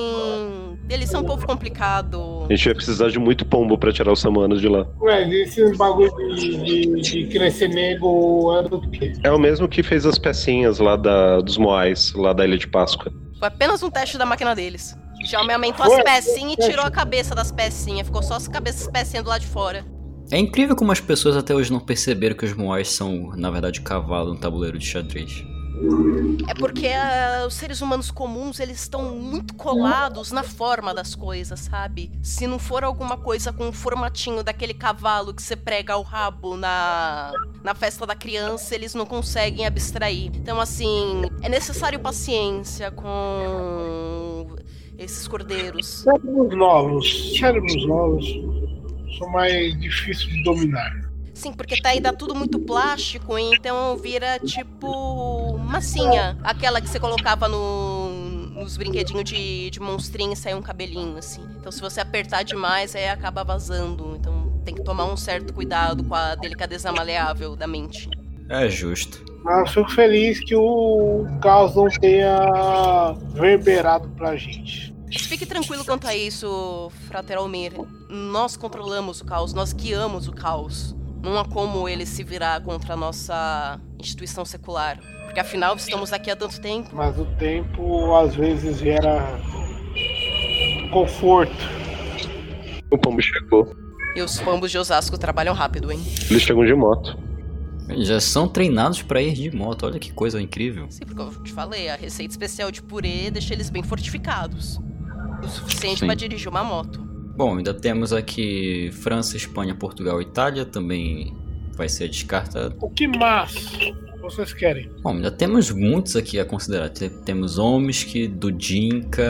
Speaker 1: Eles são um povo complicado.
Speaker 6: A gente vai precisar de muito pombo pra tirar os samanos de lá.
Speaker 8: Ué, esse bagulho de, de, de crescer nego é do quê?
Speaker 6: É o mesmo que fez as pecinhas lá da, dos Moais, lá da Ilha de Páscoa.
Speaker 1: Foi apenas um teste da máquina deles. Já aumentou as pecinhas e tirou a cabeça das pecinhas. Ficou só as cabeças as pecinhas do lado de fora.
Speaker 9: É incrível como as pessoas até hoje não perceberam que os moais são, na verdade, cavalo no tabuleiro de xadrez.
Speaker 1: É porque ah, os seres humanos comuns, eles estão muito colados na forma das coisas, sabe? Se não for alguma coisa com o formatinho daquele cavalo que você prega ao rabo na, na festa da criança, eles não conseguem abstrair. Então, assim, é necessário paciência com esses cordeiros.
Speaker 8: Cérebros novos. Cérebros novos são mais difíceis de dominar.
Speaker 1: Sim, porque tá aí dá tudo muito plástico, então vira tipo massinha. Aquela que você colocava no, nos brinquedinhos de, de monstrinho e saiu um cabelinho, assim. Então se você apertar demais, aí acaba vazando. Então tem que tomar um certo cuidado com a delicadeza maleável da mente.
Speaker 9: É justo.
Speaker 8: Ah, eu fico feliz que o caos não tenha reverberado pra gente.
Speaker 1: Fique tranquilo quanto a isso, Frateralmir. Nós controlamos o caos, nós guiamos o caos não há como ele se virar contra a nossa instituição secular. Porque afinal estamos aqui há tanto tempo.
Speaker 8: Mas o tempo às vezes gera conforto.
Speaker 6: O pombo chegou.
Speaker 1: E os pombos de Osasco trabalham rápido, hein?
Speaker 6: Eles chegam de moto.
Speaker 9: Eles já são treinados pra ir de moto, olha que coisa incrível.
Speaker 1: Sim, porque eu te falei, a receita especial de purê deixa eles bem fortificados. O suficiente
Speaker 9: Sim.
Speaker 1: para dirigir uma moto.
Speaker 9: Bom, ainda temos aqui França, Espanha, Portugal e Itália, também vai ser descartado.
Speaker 8: O que mais vocês querem?
Speaker 9: Bom, ainda temos muitos aqui a considerar. Te- Temos Omsk, Dudinka.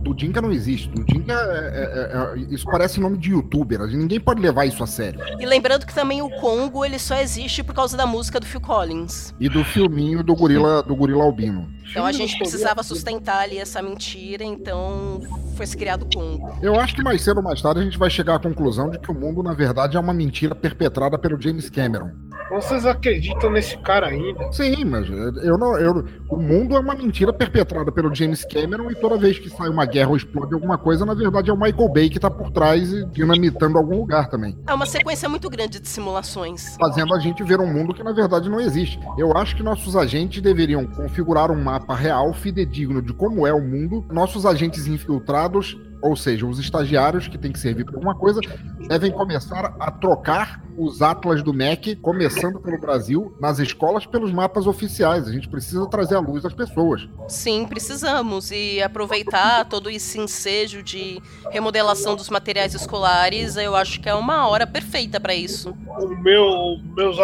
Speaker 7: Dudinka não existe. Dudinka é, é- é- isso parece nome de youtuber. Ninguém pode levar isso a sério.
Speaker 1: E lembrando que também o Congo ele só existe por causa da música do Phil Collins.
Speaker 7: E do filminho do gorila, do gorila albino.
Speaker 1: Então a gente precisava sustentar ali essa mentira, então foi se criado o Congo.
Speaker 7: Eu acho que mais cedo ou mais tarde a gente vai chegar à conclusão de que o mundo, na verdade, é uma mentira perpetrada pelo James Cameron.
Speaker 8: Vocês acreditam nesse cara ainda?
Speaker 7: Sim, mas eu não. Eu, o mundo é uma mentira perpetrada pelo James Cameron e toda vez que sai uma guerra ou explode alguma coisa, na verdade é o Michael Bay que tá por trás e dinamitando algum lugar também.
Speaker 1: É uma sequência muito grande de simulações.
Speaker 7: Fazendo a gente ver um mundo que na verdade não existe. Eu acho que nossos agentes deveriam configurar um mapa real, fidedigno de como é o mundo. Nossos agentes infiltrados, ou seja, os estagiários que têm que servir para alguma coisa, devem começar a trocar os atlas do MEC, começando pelo Brasil, nas escolas, pelos mapas oficiais. A gente precisa trazer à luz as pessoas.
Speaker 1: Sim, precisamos. E aproveitar todo esse ensejo de remodelação dos materiais escolares, eu acho que é uma hora perfeita para isso.
Speaker 8: O meu, meus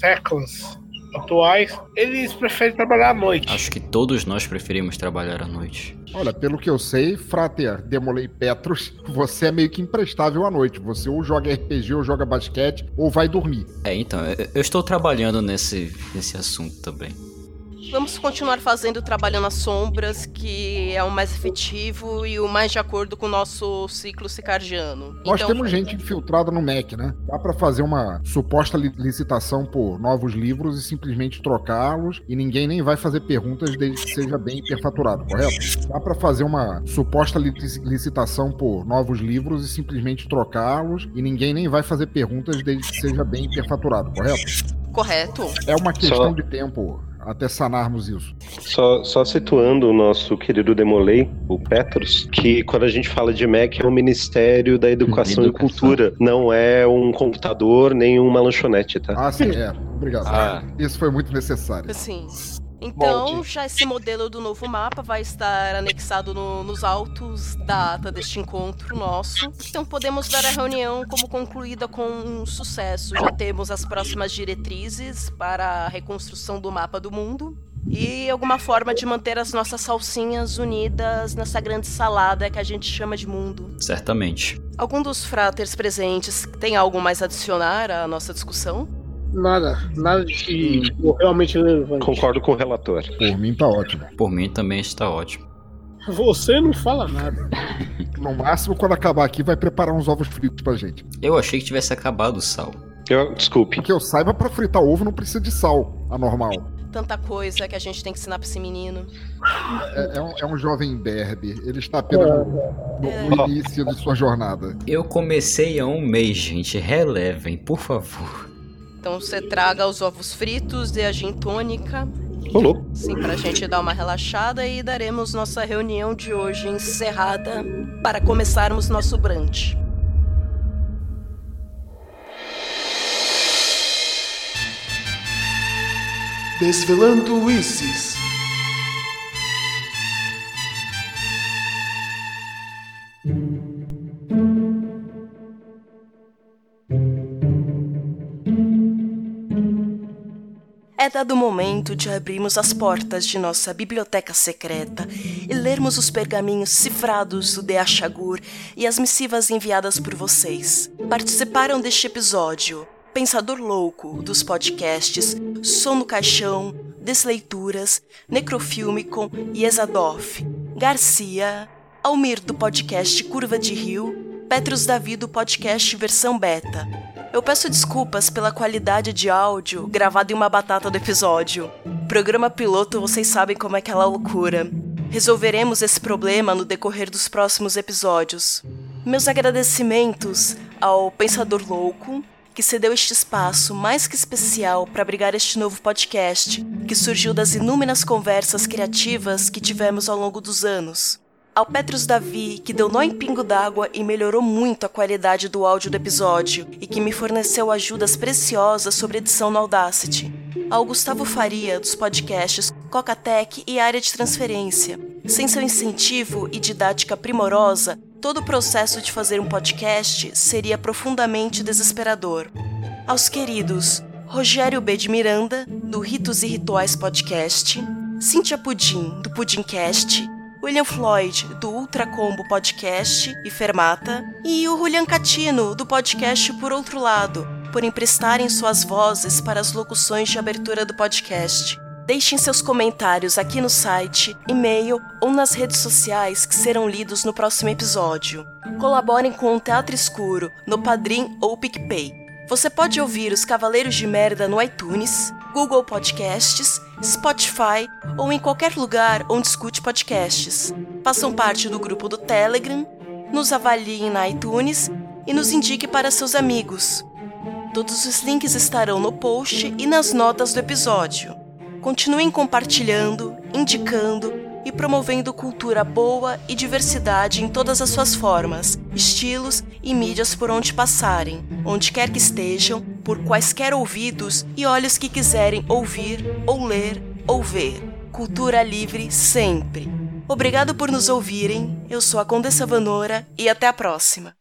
Speaker 8: séculos atuais, eles preferem trabalhar à noite.
Speaker 9: Acho que todos nós preferimos trabalhar à noite.
Speaker 7: Olha, pelo que eu sei, Frater, Demolei Petros, você é meio que imprestável à noite. Você ou joga RPG, ou joga basquete, ou vai dormir.
Speaker 9: É, então, eu- eu estou trabalhando nesse, nesse assunto também.
Speaker 1: Vamos continuar fazendo o trabalho nas sombras, que é o mais efetivo e o mais de acordo com o nosso ciclo cicardiano.
Speaker 7: Nós
Speaker 1: Então,
Speaker 7: temos gente infiltrada no MEC, né? Dá pra fazer uma suposta li- licitação por novos livros e simplesmente trocá-los e ninguém nem vai fazer perguntas desde que seja bem hiperfaturado, correto? Dá pra fazer uma suposta li- licitação por novos livros e simplesmente trocá-los e ninguém nem vai fazer perguntas desde que seja bem hiperfaturado, correto?
Speaker 1: Correto?
Speaker 7: É uma questão
Speaker 6: Só-
Speaker 7: de tempo até sanarmos isso.
Speaker 6: Só, só situando o nosso querido Demolei, o Petros, que quando a gente fala de MEC é o Ministério da Educação,
Speaker 9: Educação.
Speaker 6: e Cultura, não é um computador nem uma lanchonete, tá?
Speaker 7: Ah, sim, é. Obrigado.
Speaker 6: Ah.
Speaker 7: Isso foi muito necessário.
Speaker 1: Sim. Assim, Então,
Speaker 6: Molde.
Speaker 1: já esse modelo do novo mapa vai estar anexado no- nos autos da ata deste encontro nosso. Então, podemos dar a reunião como concluída com um sucesso. Já temos as próximas diretrizes para a reconstrução do mapa do mundo e alguma forma de manter as nossas salsinhas unidas nessa grande salada que a gente chama de mundo.
Speaker 9: Certamente.
Speaker 1: Algum dos fráteres presentes tem algo mais a adicionar à nossa discussão?
Speaker 8: Nada, nada de que tipo, realmente relevante.
Speaker 6: Concordo com o relator.
Speaker 7: Por mim tá ótimo.
Speaker 9: Por mim também está ótimo.
Speaker 8: Você não fala nada.
Speaker 7: No máximo, quando acabar aqui, vai preparar uns ovos fritos pra gente.
Speaker 9: Eu achei que tivesse acabado o sal.
Speaker 6: Eu, desculpe.
Speaker 7: Que eu saiba, pra fritar ovo não precisa de sal, anormal.
Speaker 1: Tanta coisa que a gente tem que ensinar pra esse menino.
Speaker 7: É, é um, é um jovem berbe. Ele está apenas no, no- no início de sua jornada.
Speaker 9: Eu comecei há um mês, gente. Relevem, por favor.
Speaker 1: Então você traga os ovos fritos e a gin tônica,
Speaker 6: Ô, louco.
Speaker 1: sim, pra gente dar uma relaxada e daremos nossa reunião de hoje encerrada para começarmos nosso brunch.
Speaker 12: Desvelando o ISIS.
Speaker 1: É dado o momento de abrirmos as portas de nossa biblioteca secreta e lermos os pergaminhos cifrados do Dea Shagur e as missivas enviadas por vocês. Participaram deste episódio Pensador Louco, dos podcasts Som no Caixão, Desleituras, Necrofilmicon e Exadoff, Garcia, Almir do podcast Curva de Rio, Petros Davi do podcast Versão Beta. Eu peço desculpas pela qualidade de áudio gravado em uma batata do episódio. Programa piloto, vocês sabem como é aquela loucura. Resolveremos esse problema no decorrer dos próximos episódios. Meus agradecimentos ao Pensador Louco, que cedeu este espaço mais que especial para abrigar este novo podcast, que surgiu das inúmeras conversas criativas que tivemos ao longo dos anos. Ao Petrus Davi, que deu nó em pingo d'água e melhorou muito a qualidade do áudio do episódio e que me forneceu ajudas preciosas sobre edição no Audacity. Ao Gustavo Faria, dos podcasts Cocatec e Área de Transferência. Sem seu incentivo e didática primorosa, todo o processo de fazer um podcast seria profundamente desesperador. Aos queridos Rogério B. de Miranda, do Ritos e Rituais Podcast, Cintia Pudim, do Pudimcast, William Floyd, do Ultra Combo Podcast e Fermata, e o Julian Catino, do podcast Por Outro Lado, por emprestarem suas vozes para as locuções de abertura do podcast. Deixem seus comentários aqui no site, e-mail ou nas redes sociais que serão lidos no próximo episódio. Colaborem com o Teatro Escuro no Padrim ou PicPay. Você pode ouvir os Cavaleiros de Merda no iTunes, Google Podcasts, Spotify ou em qualquer lugar onde escute podcasts. Façam parte do grupo do Telegram, nos avaliem na iTunes e nos indique para seus amigos. Todos os links estarão no post e nas notas do episódio. Continuem compartilhando, indicando e promovendo cultura boa e diversidade em todas as suas formas, estilos e mídias por onde passarem, onde quer que estejam, por quaisquer ouvidos e olhos que quiserem ouvir, ou ler, ou ver. Cultura livre sempre. Obrigado por nos ouvirem. Eu sou a Condessa Vanora e até a próxima.